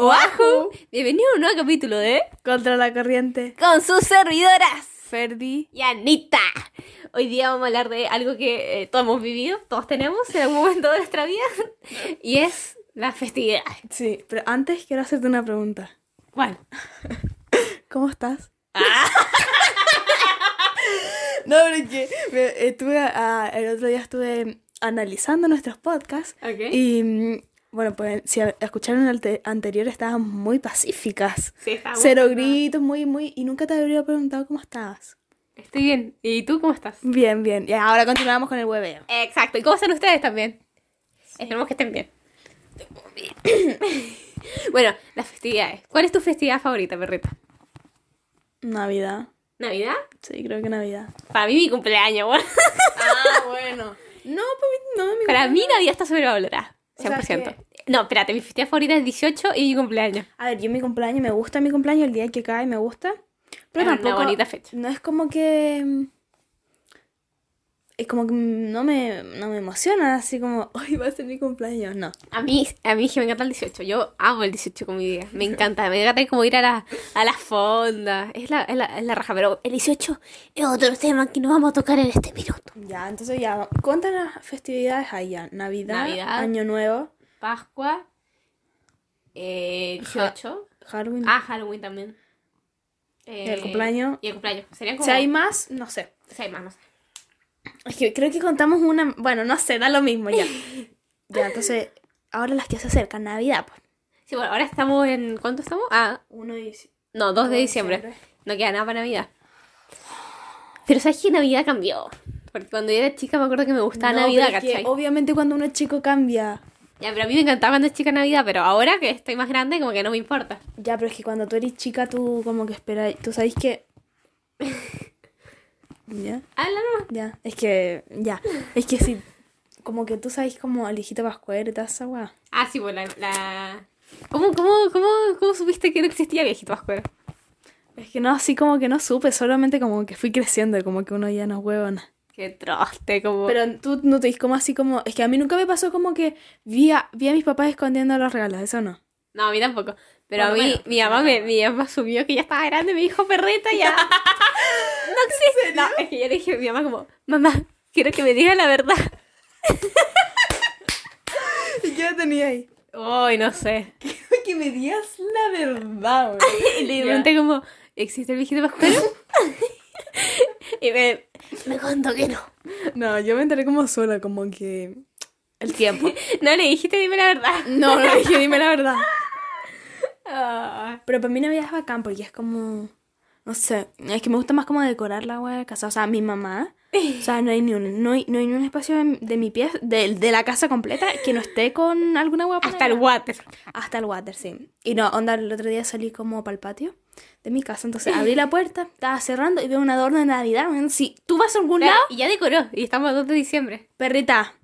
Hello, Bienvenido a un nuevo capítulo de contra la corriente. Con sus servidoras Ferdi. y Anita. Hoy día vamos a hablar de algo que eh, todos hemos vivido, todos tenemos en algún momento de nuestra vida, y es la festividad. Sí, pero antes quiero hacerte una pregunta. Bueno, ¿Cómo estás? Ah. no, porque me- estuve ah, el otro día estuve analizando nuestros podcasts ok. y mm, bueno, pues si a- escucharon el te- anterior estaban muy pacíficas. Sí, estamos- Cero gritos, muy, muy... Y nunca te habría preguntado cómo estabas. Estoy bien. ¿Y tú cómo estás? Bien, bien. Y ahora continuamos con el hueveo. Exacto. ¿Y cómo están ustedes también? Esperemos que estén bien. bueno, las festividades. ¿Cuál es tu festividad favorita, perrita? Navidad. ¿Navidad? Sí, creo que Navidad. Para mí mi cumpleaños, bueno. Ah, bueno. No, para mí, no, mi Para mí Navidad está sobrevalorada. O sea 100%. No, espérate, mi festividad favorita es 18 y mi cumpleaños. A ver, yo mi cumpleaños me gusta mi cumpleaños, el día que cae me gusta. Pero Es una tampoco. bonita fecha. No es como que. mm, Es como que mm, no me, no me emociona, así como, hoy va a ser mi cumpleaños. No. A mí, a mí es que me encanta el 18. Yo amo el 18 como mi día. Me encanta. Me encanta como ir a la, a la fonda. Es la, es, la, es la raja. Pero el 18 es otro tema que no vamos a tocar en este minuto. Ya, entonces ya, ¿cuántas las festividades hay ya? Navidad, Navidad. Año Nuevo, Pascua. Eh, 18. Halloween. Ah, Halloween también. Y el cumpleaños. Eh, Y el cumpleaños. Serían como. Si hay más, no sé. si hay más, no sé. Es que creo que contamos una. Bueno, no sé, da lo mismo ya. ya, entonces, ahora las que se acercan, Navidad, pues. Sí, bueno, ahora estamos en. ¿Cuánto estamos? Ah, Uno y. no, 2 de diciembre. No queda nada para Navidad. Pero sabes que Navidad cambió. Porque cuando yo era chica me acuerdo que me gustaba No, Navidad, pero es que ¿cachai? obviamente cuando uno es chico cambia. Ya, pero a mí me encantaba cuando era chica Navidad, pero ahora que estoy más grande, como que no me importa. Ya, pero es que cuando tú eres chica, tú como que esperas. Tú sabes que. ya, Habla nomás. ya. Es que. Ya. Es que si. Como que tú sabes como el hijito pascuero y toda esa weá. Ah, sí, pues la. la- ¿Cómo, cómo, cómo, cómo supiste que no existía viejito Pascuero? Es que no, así como que no supe, solamente como que fui creciendo, como que uno ya no es huevona. Qué troste, como. Pero tú no te dices como así como. Es que a mí nunca me pasó como que vi a, vi a mis papás escondiendo los regalos, eso no. No, a mí tampoco. Pero a Bueno, mí, bueno, mi, mamá me, mi mamá asumió que ya estaba grande, me dijo perreta ya. no existe. No, es que yo le dije a mi mamá como, mamá, quiero que me diga la verdad. ¿Y qué tenía ahí? Uy, no sé. que me digas la verdad, güey. Y le pregunté como, ¿existe el viejito pascuero? y me, me contó que no. No, yo me enteré como sola, como que. El tiempo. no le dijiste, dime la verdad. No, no dije, dime la verdad. Ah. Pero para mí Navidad es bacán porque es como. No sé, es que me gusta más como decorar la hueá de la casa. O sea, mi mamá. O sea, no hay ni un, no hay, no hay ni un espacio de, de mi pieza, de, de la casa completa, que no esté con alguna hueá. por Hasta ahí. el water. Hasta el water, sí. Y no, onda, el otro día salí como para el patio de mi casa. Entonces abrí la puerta, estaba cerrando y veo un adorno de Navidad. weón. Si tú vas a algún Claro, lado, y ya decoró. Y estamos a 2 de diciembre. perrita,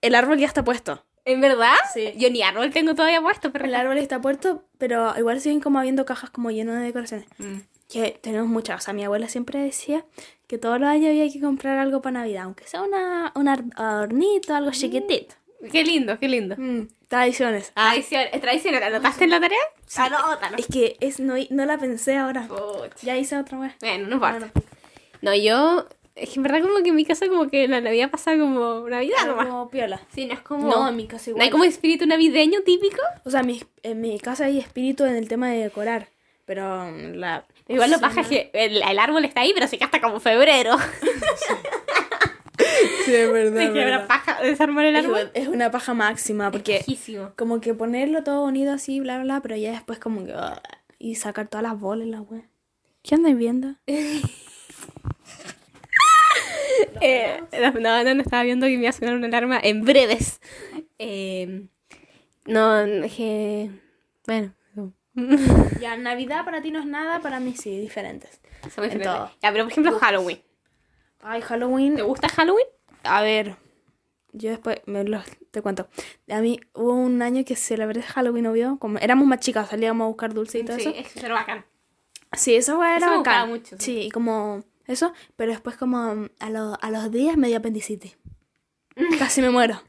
el árbol ya está puesto. ¿En verdad? Sí. Yo ni árbol tengo todavía puesto, pero... El árbol está puesto, pero igual siguen como habiendo cajas como llenas de decoraciones. Mm. Que tenemos muchas. O sea, mi abuela siempre decía que todos los años había que comprar algo para Navidad, aunque sea una, un ar- adornito, algo chiquitito. Qué lindo, qué lindo. Mm, tradiciones. Tradición, tradición, ¿anotaste en la tarea? Ah, Anótalo. Es que es, no, no la pensé ahora. Puch. Ya hice otra vez. Bueno, no importa. No, yo. Es que en verdad, como que en mi casa, como que la Navidad pasa como Navidad nomás. Como piola. Sí, no es como. No, en mi casa No hay igual. como espíritu navideño típico. O sea, mi- en mi casa hay espíritu en el tema de decorar. Pero mm, la. Igual lo Sí, pasa es que el, el árbol está ahí, pero se hasta como febrero. Sí, es verdad. Se quebra paja desarmar el Es, árbol. es una paja máxima porque. Bajísimo. Como que ponerlo todo bonito así, bla, bla, bla, pero ya después como que... ah, y sacar todas las bolas, la wea. ¿Qué andáis viendo? Eh, no, no, no, no, estaba viendo que me iba a sonar una alarma en breves. Eh, no, no, es que. Bueno. no. Ya, Navidad para ti no es nada, para mí sí, diferentes. Son muy En diferentes. todo. Ya, pero por ejemplo, Halloween. Ay, Halloween... ¿Te gusta Halloween? A ver, yo después me los, te cuento. A mí hubo un año que celebré Halloween, obvio. Como éramos más chicas, salíamos a buscar dulce y todo eso. es súper bacán. Sí, esa wea Eso era me gustaba bacán. mucho. Sí, y como eso, pero después como mm, a, lo- a los días me dio apendicitis. Casi me muero.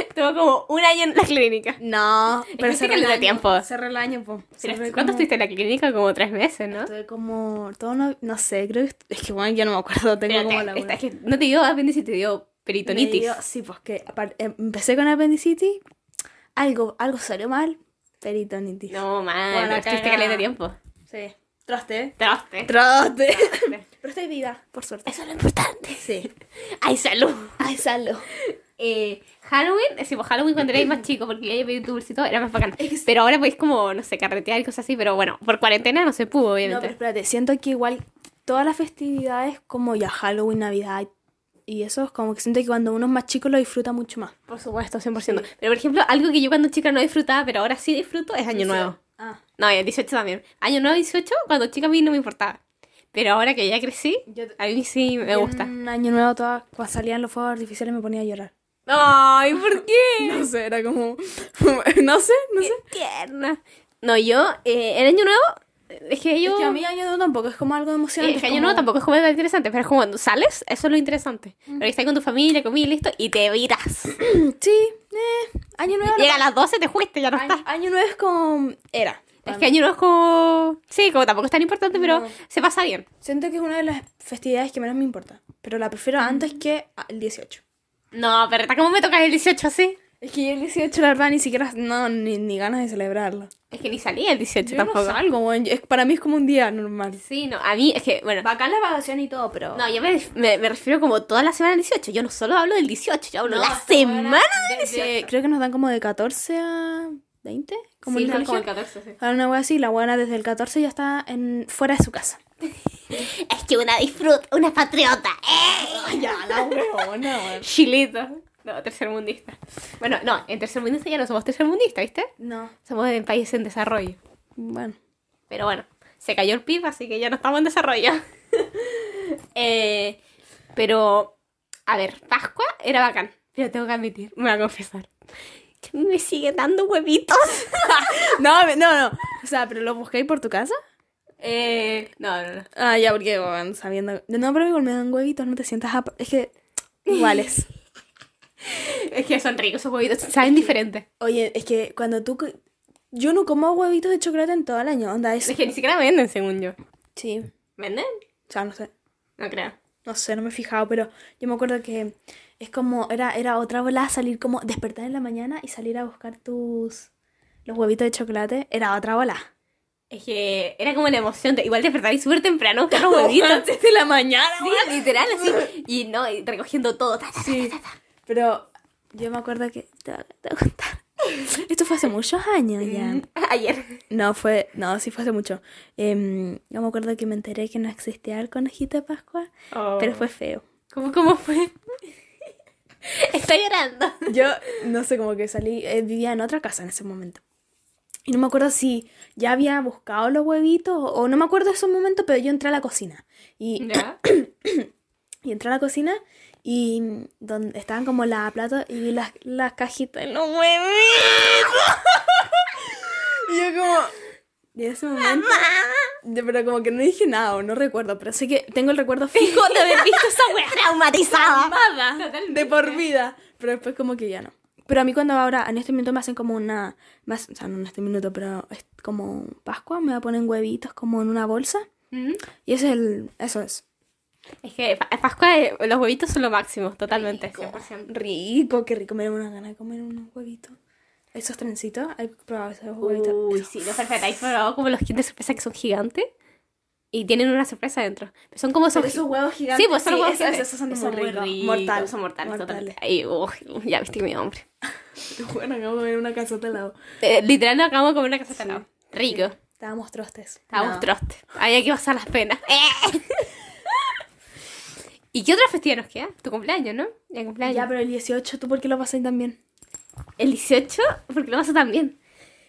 Estuvo como un año en la clínica. No, pero sí cerré que le el da año. tiempo. Cerré el año, po. Pero, Cerré ¿Cuánto como- estuviste en la clínica? Como tres meses, ¿no? Estuve como todo no, no sé, creo que es que bueno, ya no me acuerdo, tengo Espérate, como la esta- es que no te dio apéndice, te dio Me peritonitis. dio- sí, pues que apar- em- empecé con apendicitis, algo, algo salió mal, peritonitis. No, mal. Bueno, estuviste caga. caleta de tiempo. Sí. Traste. Traste. Traste. Pero estoy viva, por suerte. Eso es lo importante. Sí. Ay, salud. Ay, salud. Eh, Halloween, decimos Halloween cuando erais más chico, porque ya había pedido tu bolsito, era más bacán. Pero ahora podéis como, no sé, carretear y cosas así, pero bueno, por cuarentena no se pudo, No, pero obviamente. espérate, siento que igual todas las festividades como ya Halloween, Navidad y eso es como que siento que cuando uno es más chico lo disfruta mucho más. por supuesto, 100%. Pero por ejemplo, algo que yo cuando chica no disfrutaba, pero ahora sí disfruto, es Año Nuevo. Ah, No, y 18 también. Año Nuevo 18, cuando chica a mí no me importaba. Pero ahora que ya crecí, Yo- a mí sí me yo gusta. En año nuevo todas, cuando salían los fuegos artificiales me ponía a llorar. Ay, ¿por qué? No sé, era como no sé, no sé. Tierna. No, yo, eh, el Año Nuevo, es que yo... Es que a mí año nuevo tampoco es como algo Eh, emocionante. que es año como- nuevo tampoco es como tan interesante, pero es como cuando sales, eso es lo interesante. Mm. Pero que estás con tu familia, comida y listo, y te viras. Sí, eh, año nuevo. Llega a las 12, te fuiste, ya no Año, estás. año nuevo es como era. Es que año nuevo es como. Sí, como tampoco es tan importante, pero No. se pasa bien. Siento que es una de las festividades que menos me importa, pero la prefiero antes que el 18. No, pero está como me tocas el 18 así. Es que yo el 18 la verdad ni siquiera no ni, ni ganas de celebrarlo. Es que ni salí el 18 Yo tampoco. no salgo, weón. Yo- es- para mí es como un día normal. Sí, no, a mí es que, bueno. Bacán la vacación y todo, pero No, yo me, me- me refiero como toda la semana del 18. Yo no solo hablo del 18, yo hablo de la semana del 18. creo que nos dan como de 14 a 20, como Sí, en el no, como el colegio. 14, sí. Ahora una wea así, la buena desde el 14 ya está en, fuera de su casa. Es que una disfruta, una patriota. ¡eh! ya, la huevona, weón. Chilito. No, tercermundista. Bueno, no, en tercermundista ya no somos tercermundistas, ¿viste? No, Somos de países en desarrollo. bueno. Pero bueno, se cayó el PIB, así que ya no estamos en desarrollo. Eh, pero, a ver, Pascua era bacán. Pero tengo que admitir, me voy a confesar. Que a mí me sigue dando huevitos. No, me- no, no. O sea, ¿pero lo busquéis por tu casa? Eh, no, no, no. Ah, ya, porque weón, sabiendo... No, pero igual me dan huevitos, no te sientas... ap- Es que... Iguales. Es que son ricos esos huevitos, saben diferente. Oye, es que cuando tú... co- Yo no como huevitos de chocolate en todo el año, onda, es... Es que ni siquiera venden, según yo. Sí. ¿Venden? O sea, no sé. No creo. No sé, no me he fijado, pero yo me acuerdo que es como... Era, era otra bola salir como... Despertar en la mañana y salir a buscar tus... Los huevitos de chocolate. Era otra bola. Es que era como la emoción. te- Igual despertabais súper temprano a buscar los huevitos. de la mañana, Sí, literal, así. Y no, y recogiendo todo. ta, ta, ta, Sí, ta, ta, ta. pero yo me acuerdo que te voy a- te voy a contar. Esto fue hace muchos años Mm. ya. Ayer. No, fue, no, sí fue hace mucho. Em, yo me acuerdo que me enteré que no existía el conejito de Pascua, pero fue feo. ¿Cómo, cómo fue? Estoy llorando. Yo, no sé, como que salí, eh, vivía en otra casa en ese momento. Y no me acuerdo si ya había buscado los huevitos o, o no me acuerdo de esos momentos, pero yo entré a la cocina. Y ¿Ya? Y entré a la cocina y mm, donde estaban como la platos y vi las, las cajitas de los huevitos. y yo como... Y en ese momento... yo- pero como que no dije nada o no recuerdo, pero sé que tengo el recuerdo fijo de haber visto esa wea Ah, traumatizada. de por vida. Pero después como que ya no. Pero a mí cuando ahora, en este minuto me hacen como una... me hacen- o sea, no en este minuto, pero es como Pascua, me ponen huevitos como en una bolsa. Y ese es el... Eso es. Es que pa- Pascua, eh, los huevitos son lo máximo, totalmente. 100%. Rico, qué rico. Me da una gana de comer unos huevitos. Esos trencitos, hay probado esos huevitos. Uy, sí, los perfectáis probado como los kits de sorpresa que son gigantes y tienen una sorpresa dentro. Pero son como Pero esos. esos huevos gigantes. Sí, pues son huevos esos, gigantes. esos son, muy muy ricos. ricos, Mortales. Son mortales, totalmente. Ay, uy, ya viste mi hambre. Bueno, acabo de comer una casota al lado. Eh, literal, nos acabamos de comer una casa de lado. Rico. Estábamos trostes. Estábamos No. troste. Había que pasar las penas. ¿Y qué otra festividad nos queda? Tu cumpleaños, ¿no? El cumpleaños. Ya, pero el 18, ¿tú por qué lo pasáis tan bien? El 18, porque lo paso también.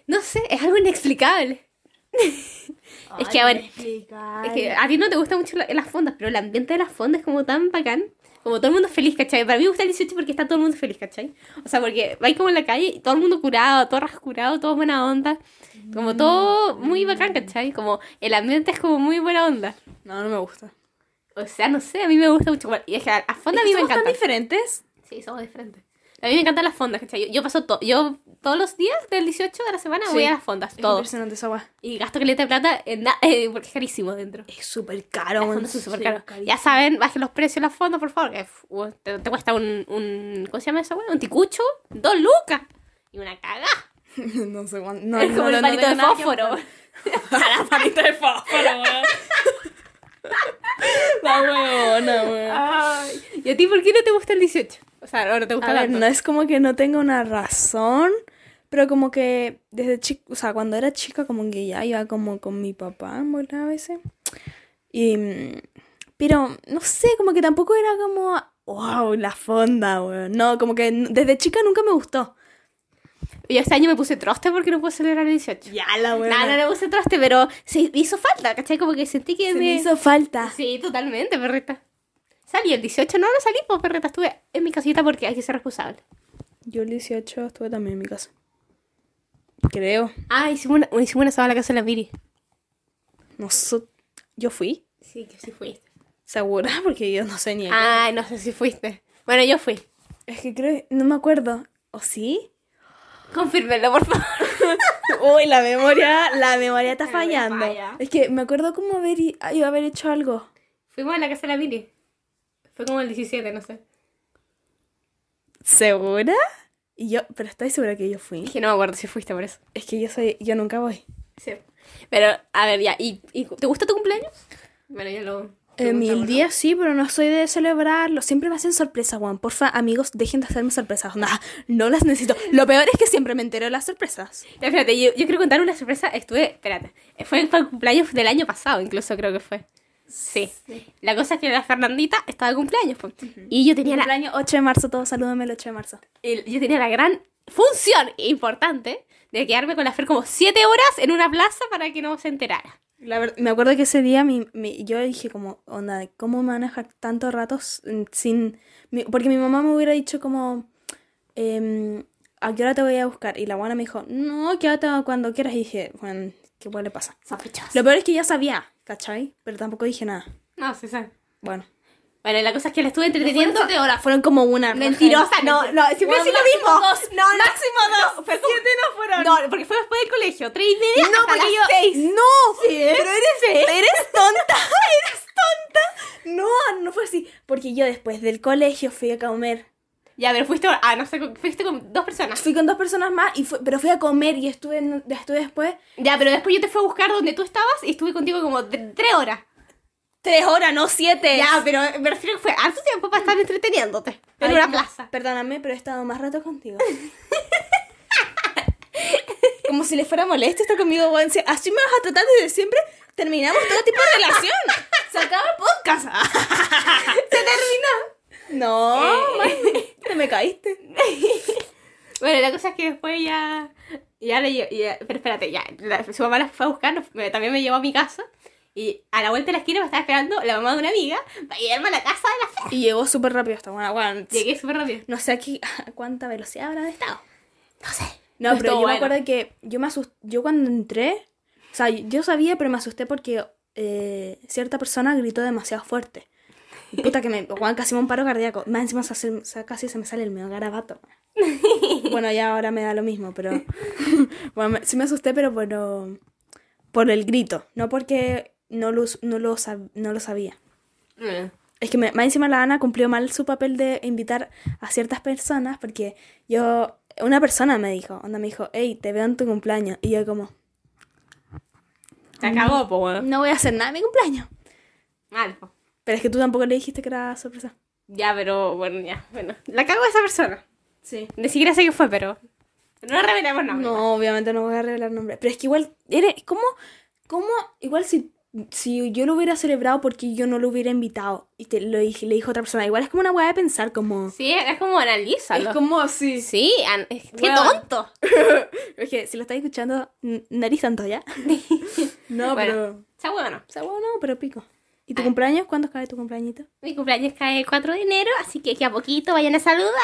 No sé, es algo inexplicable. es que, a ver, es que a ti no te gusta mucho la- las fondas, pero el ambiente de las fondas es como tan bacán. Como todo el mundo feliz, ¿cachai? Para mí me gusta el 18 porque está todo el mundo feliz, ¿cachai? O sea, porque vais como en la calle y todo el mundo curado, todo rascurado, todo buena onda. Mm, Como todo muy bacán, ¿cachai? Como el ambiente es como muy buena onda. No, no me gusta. O sea, no sé, a mí me gusta mucho. Bueno, y es que a, a fondo a mí me encanta. diferentes? Sí, somos diferentes. A mí me encantan las fondas, ¿cachai? Yo, yo paso to- yo todos los días del 18 de la semana Sí. voy a las fondas, Es todos. impresionante esa weá. Y gasto caleta de plata en na- eh, porque es carísimo dentro. Es súper caro, Las weón. fondas son súper Sí, caros. carísimo. Ya saben, bajen los precios de las fondas, por favor. que f- u- te, te cuesta un, un. ¿Cómo se llama esa weá? Un ticucho, dos lucas. Y una cagá. no sé cuánto. No, es como no, el no palito tengo de nada que fósforo. aportar. Para palito de fósforo, weón. La huevona, weón. Ay. ¿Y a ti por qué no te gusta el 18? O sea, ahora te gusta A ver, tanto. no es como que no tenga una razón, pero como que desde chica, o sea, cuando era chica, como que ya iba como con mi papá, en verdad, a veces. Y, mm, pero, no sé, como que tampoco era como, wow, la fonda, weón. No, como que n- desde chica nunca me gustó. Yo este año me puse troste porque no puedo celebrar el 18. Ya, la No, no le puse traste, pero se hizo falta, ¿cachai? Como que sentí que Se me... me hizo falta. Sí, totalmente, perreta. Salí el 18, no, no salí, pues perreta, estuve en mi casita porque hay que ser responsable. Yo el 18 estuve también en mi casa. Creo. Ah, hicimos una, un- hicimos una asado en la casa de la Miri. No sé. Yo fui. Sí, que sí fuiste. Segura, porque yo no sé ni. a Ay, no sé si fuiste. Bueno, yo fui. qué. Es que creo. No me acuerdo. ¿O sí? Confírmelo, por favor. Uy, la memoria, la memoria está La memoria fallando. falla. Es que me acuerdo como haber, i- ay, haber hecho algo. Fuimos a la casa de la Miri. Fue como el 17, no sé. ¿Segura? Y yo, pero estoy segura que yo fui. Dije, no me acuerdo si fuiste por eso. Es que yo soy, yo nunca voy. Sí. Pero, a ver, ya, ¿y, y te gusta tu cumpleaños? Bueno, ya lo... Eh, preguntamos, mil ¿no? días sí, pero no soy de celebrarlo. Siempre me hacen sorpresas, Juan. Porfa, amigos, dejen de hacerme sorpresas. Nah, no las necesito. Lo peor es que siempre me entero de las sorpresas. Ya, espérate, yo, yo quiero contar una sorpresa. Estuve, espérate, fue, fue el cumpleaños del año pasado, incluso creo que fue. Sí. La cosa es que la Fernandita estaba de cumpleaños. po. Y yo tenía, la, Cumpleaños 8 de marzo, todos salúdame el 8 de marzo. el- yo tenía la gran función importante de quedarme con la Fer como siete horas en una plaza para que no se enterara. La verdad, me acuerdo que ese día mi- mi- yo dije como, onda, ¿cómo me van a dejar tantos ratos sin...? mi- porque mi mamá me hubiera dicho como, em, ¿a qué hora te voy a buscar? Y la buena me dijo, no, quédate cuando quieras. Y dije, bueno, ¿qué puede le pasa? Sospechoso. Lo peor es que ya sabía, ¿cachai? Pero tampoco dije nada. No, sí, sabe. Bueno. Bueno, la cosa es que la estuve entreteniendo. Siete horas, fueron como una... Mentirosa, no, no, siempre Bueno, es lo máximo mismo. dos. no, máximo no, fue como- No, porque fue después del colegio, tres y media. No, hasta porque las yo. seis. ¡No! Sí, ¿eh? Pero eres, eres tonta. Eres tonta. No, no fue así. Porque yo después del colegio fui a comer. Ya, pero fuiste, ah, no sé, fuiste con dos personas. Fui con dos personas más, y fue- pero fui a comer y estuve, en- estuve después. Ya, pero después yo te fui a buscar donde tú estabas y estuve contigo como tre- tres horas. Tres horas, no siete. Ya, pero me refiero que fue harto tiempo para estar entreteniéndote en Ay, una como- plaza. Perdóname, pero he estado más rato contigo. Como si le fuera molesto estar conmigo, weón. Si Así me vas a tratar desde siempre. Terminamos todo tipo de relación. Se acaba el podcast. Se terminó. No, Eh. man, te me caíste. Bueno, la cosa es que después ya. Ya le lle- ya- Pero espérate, ya. la- su mamá la fue a buscar, nos- me- también me llevó a mi casa. Y a la vuelta de la esquina me estaba esperando la mamá de una amiga para llevarme a la casa de la fe. Y llegó súper rápido esta buena, weón. Llegué súper rápido. No sé aquí a cuánta velocidad habrán estado. No sé. No, pero yo estuvo me bueno. acuerdo que yo me asusté, yo cuando entré, o sea, yo sabía, pero me asusté porque eh, cierta persona gritó demasiado fuerte. Y Puta que me, Juan, casi me un paro cardíaco. Más encima se hace- o sea, casi se me sale el medio garabato. Bueno, ya ahora me da lo mismo, pero... Bueno, me- sí me asusté, pero por, lo- por el grito, no porque no lo, us- no lo, sab- no lo sabía. Mm. Es que me- más encima la Ana cumplió mal su papel de invitar a ciertas personas porque yo, una persona me dijo, onda me dijo, hey, te veo en tu cumpleaños. Y yo como, Se cagó, po, weón. no voy a hacer nada en mi cumpleaños. Mal, po. Pero es que tú tampoco le dijiste que era sorpresa. Ya, pero bueno, ya. Bueno, la cagó esa persona. Sí. Ni siquiera sé qué fue, pero. No revelamos nada. No, obviamente no voy a revelar nombre. Pero es que igual, eres, ¿cómo? ¿Cómo? Igual si, si yo lo hubiera celebrado porque yo no lo hubiera invitado y te lo dije, le dijo otra persona, igual es como una weá de pensar, como... Sí, es como analízalo. como así. Sí, an- es- qué Weón. tonto. Es que si lo estáis escuchando, n- nariz tanto ya. no, Bueno. Está bueno. O sea, bueno, pero pico. ¿Y tu Ah. cumpleaños? ¿Cuándo cae tu cumpleañito? Mi cumpleaños cae el 4 de enero, así que aquí a poquito vayan a saludarme.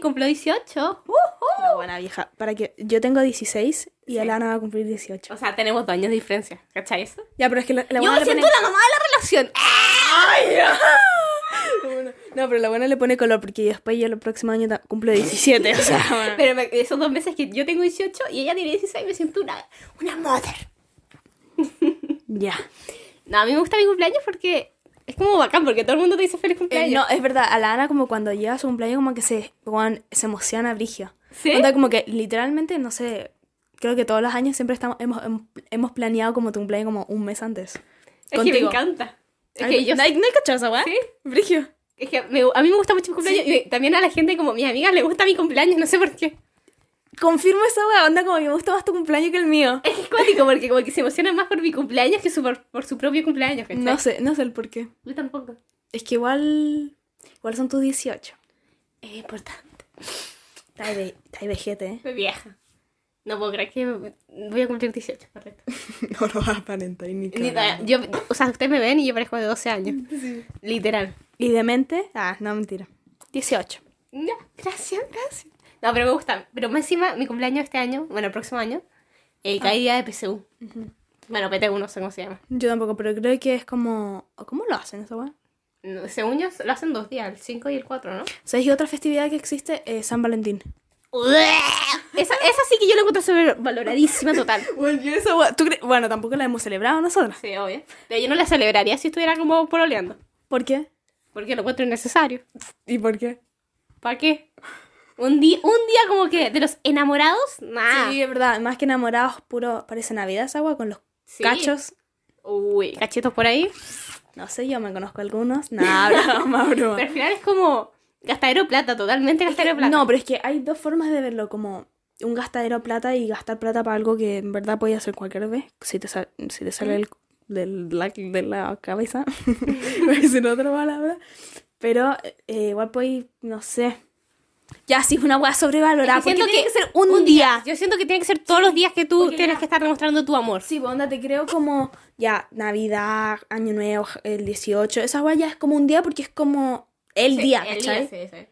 Cumplo 18. ¡Ujú! La buena vieja. Para que yo tengo 16 y Alana va a cumplir 18. O sea, tenemos dos años de diferencia. ¿Cachai eso? Ya, pero es que la, la Yo buena me le siento pone- la mamá de la relación. ¡Ah! No, pero la buena le pone color porque después yo el próximo año ta- cumplo 17, o sea, bueno. Pero me- esos dos meses que yo tengo 18 y ella tiene 16, me siento una, una mother. Ya. No, a mí me gusta mi cumpleaños porque es como bacán, porque todo el mundo te dice feliz Eh, cumpleaños. no, es verdad, a la Ana como cuando llega su cumpleaños como que se, weón, se emociona brigio. ¿Sí? Onda como que literalmente, no sé, creo que todos los años siempre estamos, hemos, hem- hemos planeado como tu cumpleaños como un mes antes. es que me Contigo. encanta. Es Ay, que yo ¿No hay, ¿eh? no hay cachaza, weón? Sí. Brigio. Es que me- a mí me gusta mucho mi cumpleaños y también a la gente como mis amigas le gusta mi cumpleaños, no sé por qué. Confirmo esa weá, onda como que me gusta más tu cumpleaños que el mío. Es que es cuático porque como que se emocionan más por mi cumpleaños que su- por, por su propio cumpleaños. ¿cachai? No sé, no sé el por qué. Yo tampoco. Es que igual, igual son tus 18. Es importante. Está ahí, ve- está ahí vejete, ¿eh? Soy vieja. No puedo creer que me- voy a cumplir 18, correcto. No lo vas a aparentar ni Ni- yo, o sea, ustedes me ven y yo parezco de 12 años. Literal. ¿Y de mente? Ah, no, mentira. 18. No, gracias, gracias. No, pero me gusta. Pero más encima, mi cumpleaños este año, bueno, el próximo año, eh, cae día de PSU. Bueno, PTU, no sé cómo se llama. Yo tampoco, pero creo que es como... ¿o ¿Cómo lo hacen esa weá? No, Según yo, lo hacen dos días, el 5 y el 4, ¿no? ¿Sabes qué otra festividad que existe? Eh, San Valentín. Esa, esa sí que yo la encuentro sobrevaloradísima total. Bueno, yo esa Bueno, tampoco la hemos celebrado nosotras. Sí, obvio. Pero yo no la celebraría si estuviera como pololeando. ¿Por qué? Porque lo encuentro innecesario. ¿Y por qué? ¿Para qué? Un, día un día como que de los enamorados, nada. Sí, es verdad. Más que enamorados, puro... Parece Navidad esa weá con los Sí. cachos. Uy, cachetos por ahí. No sé, yo me conozco algunos. No, broma, broma. Pero al final es como gastadero de plata, totalmente gastadero de plata. No, pero es que hay dos formas de verlo, como un gastadero de plata y gastar plata para algo que en verdad podías hacer cualquier vez, si te, sa- si te sale el- del, la, de la cabeza, voy a decir otra palabra, pero eh, igual podéis, no sé, ya si es una hueá sobrevalorada, Es que siento porque tiene que que ser un, día. Yo siento que tiene que ser todos los días que tú Porque tienes ya- que estar demostrando tu amor. Sí, pues, onda, te creo como ya Navidad, Año Nuevo, el 18, esa hueá ya es como un día porque es como el día, el ¿cachai? sí, sí.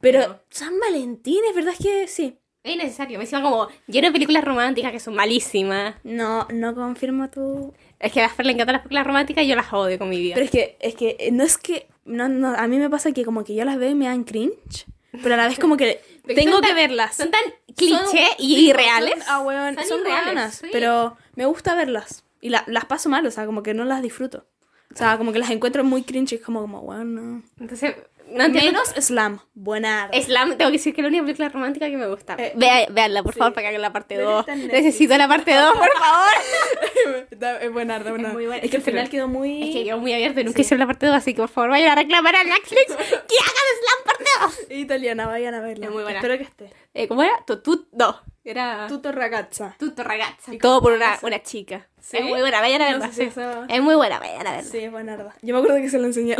Pero Pero- San Valentín, es verdad que sí. Es innecesario. Me encima como lleno de películas románticas que son malísimas. No, no confirmo tu... Es que a la Fer le encantan las películas románticas y yo las odio con mi vida. Pero es que, es que eh, no es que. No, no, a mí me pasa que como que yo las veo y me dan cringe. Pero a la vez como que Pero tengo son que tan- verlas. Son tan cliché y sí, irreales. Son, ah, weón, Son son irreales, bacanas, sí. Pero me gusta verlas. Y la- las paso mal, o sea, como que no las disfruto. O sea, como que las encuentro muy cringe. y Es como, como, weón, no. Entonces, no entiendo. Menos Slam. Buena. arte. Slam, tengo que decir que es la única película romántica que me gusta. Eh, Vea, veanla, por favor, para que hagan la parte 2. Necesito la parte 2, por favor. Está- es buena arte, buena Es muy arte. buena. Es que al final quedó muy. Es que quedó muy abierto y nunca hicieron la parte 2, así que por favor vayan a reclamar a Netflix que hagan Slam parte 2. Italiana, vayan a verla. Es muy buena. Espero que esté. Eh, ¿Cómo era? Tutut, no. Era Tutto ragazza. Tutto Ragazza. Todo por una, ragazza. una chica. ¿Sí? Es muy buena, vayan a No verla. sé si sí. eso- Es muy buena, vayan a verla. Sí, es buenarda. Yo me acuerdo que se lo enseñé.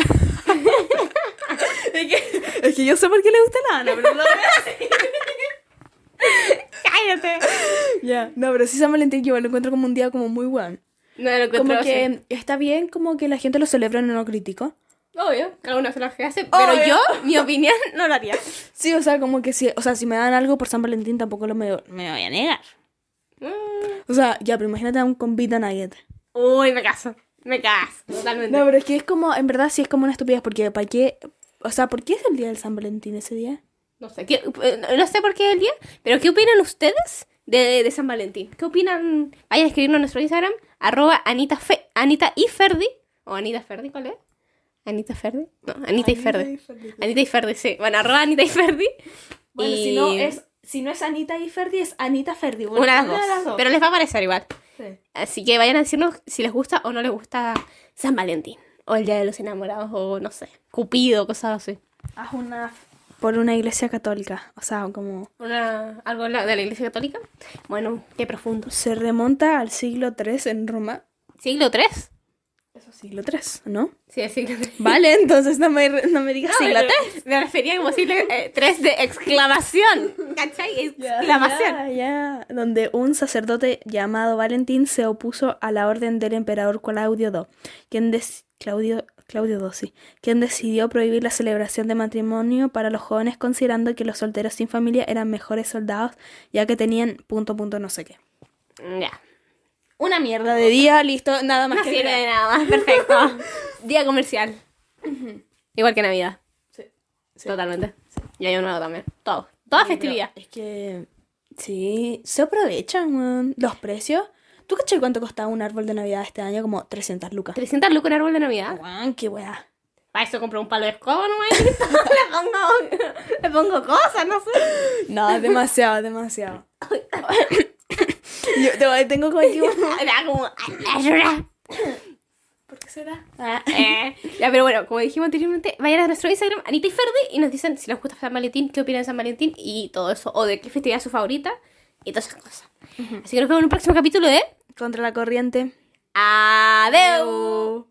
es, que, es que yo sé por qué le gusta la Ana, pero no ¡Cállate! Ya, no, pero sí San Valentín yo lo encuentro como un día como muy bueno. No lo encuentro Como así. que está bien como que la gente lo celebra, no lo critico. Obvio, cada uno se lo que hace, pero Obvio. yo, mi opinión, no lo haría. Sí, o sea, como que sí, o sea, si me dan algo por San Valentín tampoco lo me, me voy a negar. Mm. O sea, ya, pero imagínate a un convita nugget. Uy, me caso. Me caso, totalmente. No, pero es que es como, en verdad sí es como una estupidez, porque ¿para qué? O sea, ¿por qué es el día del San Valentín ese día? No sé, ¿qué- eh, no sé por qué el día, pero ¿qué opinan ustedes de, de San Valentín? ¿Qué opinan? Vayan a escribirnos en nuestro Instagram, arroba Anita, Fe- Anita y Ferdi, o Anita Ferdi, ¿cuál es? Anita Ferdi, no, Anita, y Ferdi. Anita y Ferdi, sí. Bueno, arroba Anita y Ferdi. Bueno, Y si no es si no es Anita y Ferdi, es Anita Ferdi. Bueno, Una de las dos, pero les va a parecer igual. Sí. Así que vayan a decirnos si les gusta o no les gusta San Valentín, o el Día de los Enamorados, o no sé, Cupido, cosas así. Haz una... Por una iglesia católica. O sea, como... Una, algo de la de la Iglesia Católica. Bueno, qué profundo. Se remonta al siglo III en Roma. ¿Siglo III? Eso, siglo III, ¿no? Sí, el siglo III. Vale, entonces no me, no me digas siglo Siglo III. tres. Me refería como siglo 3 de exclamación. ¿Cachai? Exclamación. Ya, ya. Donde un sacerdote llamado Valentín se opuso a la orden del emperador Claudio II, quien, des- Claudio, Claudio II, sí, quien decidió prohibir la celebración de matrimonio para los jóvenes considerando que los solteros sin familia eran mejores soldados ya que tenían punto, punto, no sé qué. Ya. Una mierda De día, listo, nada más No que sirve de agregar. nada más. Perfecto. Día comercial. Igual que Navidad. Sí. sí. Totalmente. Y Año Nuevo también. Todo. Toda festividad. Es que. Sí, se aprovechan, weón. Los precios. ¿Tú cachai cuánto costaba un árbol de Navidad este año? Como 300 lucas. 300 lucas un árbol de Navidad. Weón, qué weá. Para eso compré un palo de escoba nomás. y le pongo, le pongo cosas, no sé. No, demasiado, demasiado. Yo te- tengo como aquí un- Era como, ayuda. ¿Por qué será? Eh, ya, pero bueno, como dijimos anteriormente, vayan a nuestro Instagram, Anita y Ferdi, y nos dicen si les gusta San Valentín, qué opinan de San Valentín y todo eso, o de qué festividad es su favorita y todas esas cosas. Así que nos vemos en un próximo capítulo de Contra la corriente. Adeu.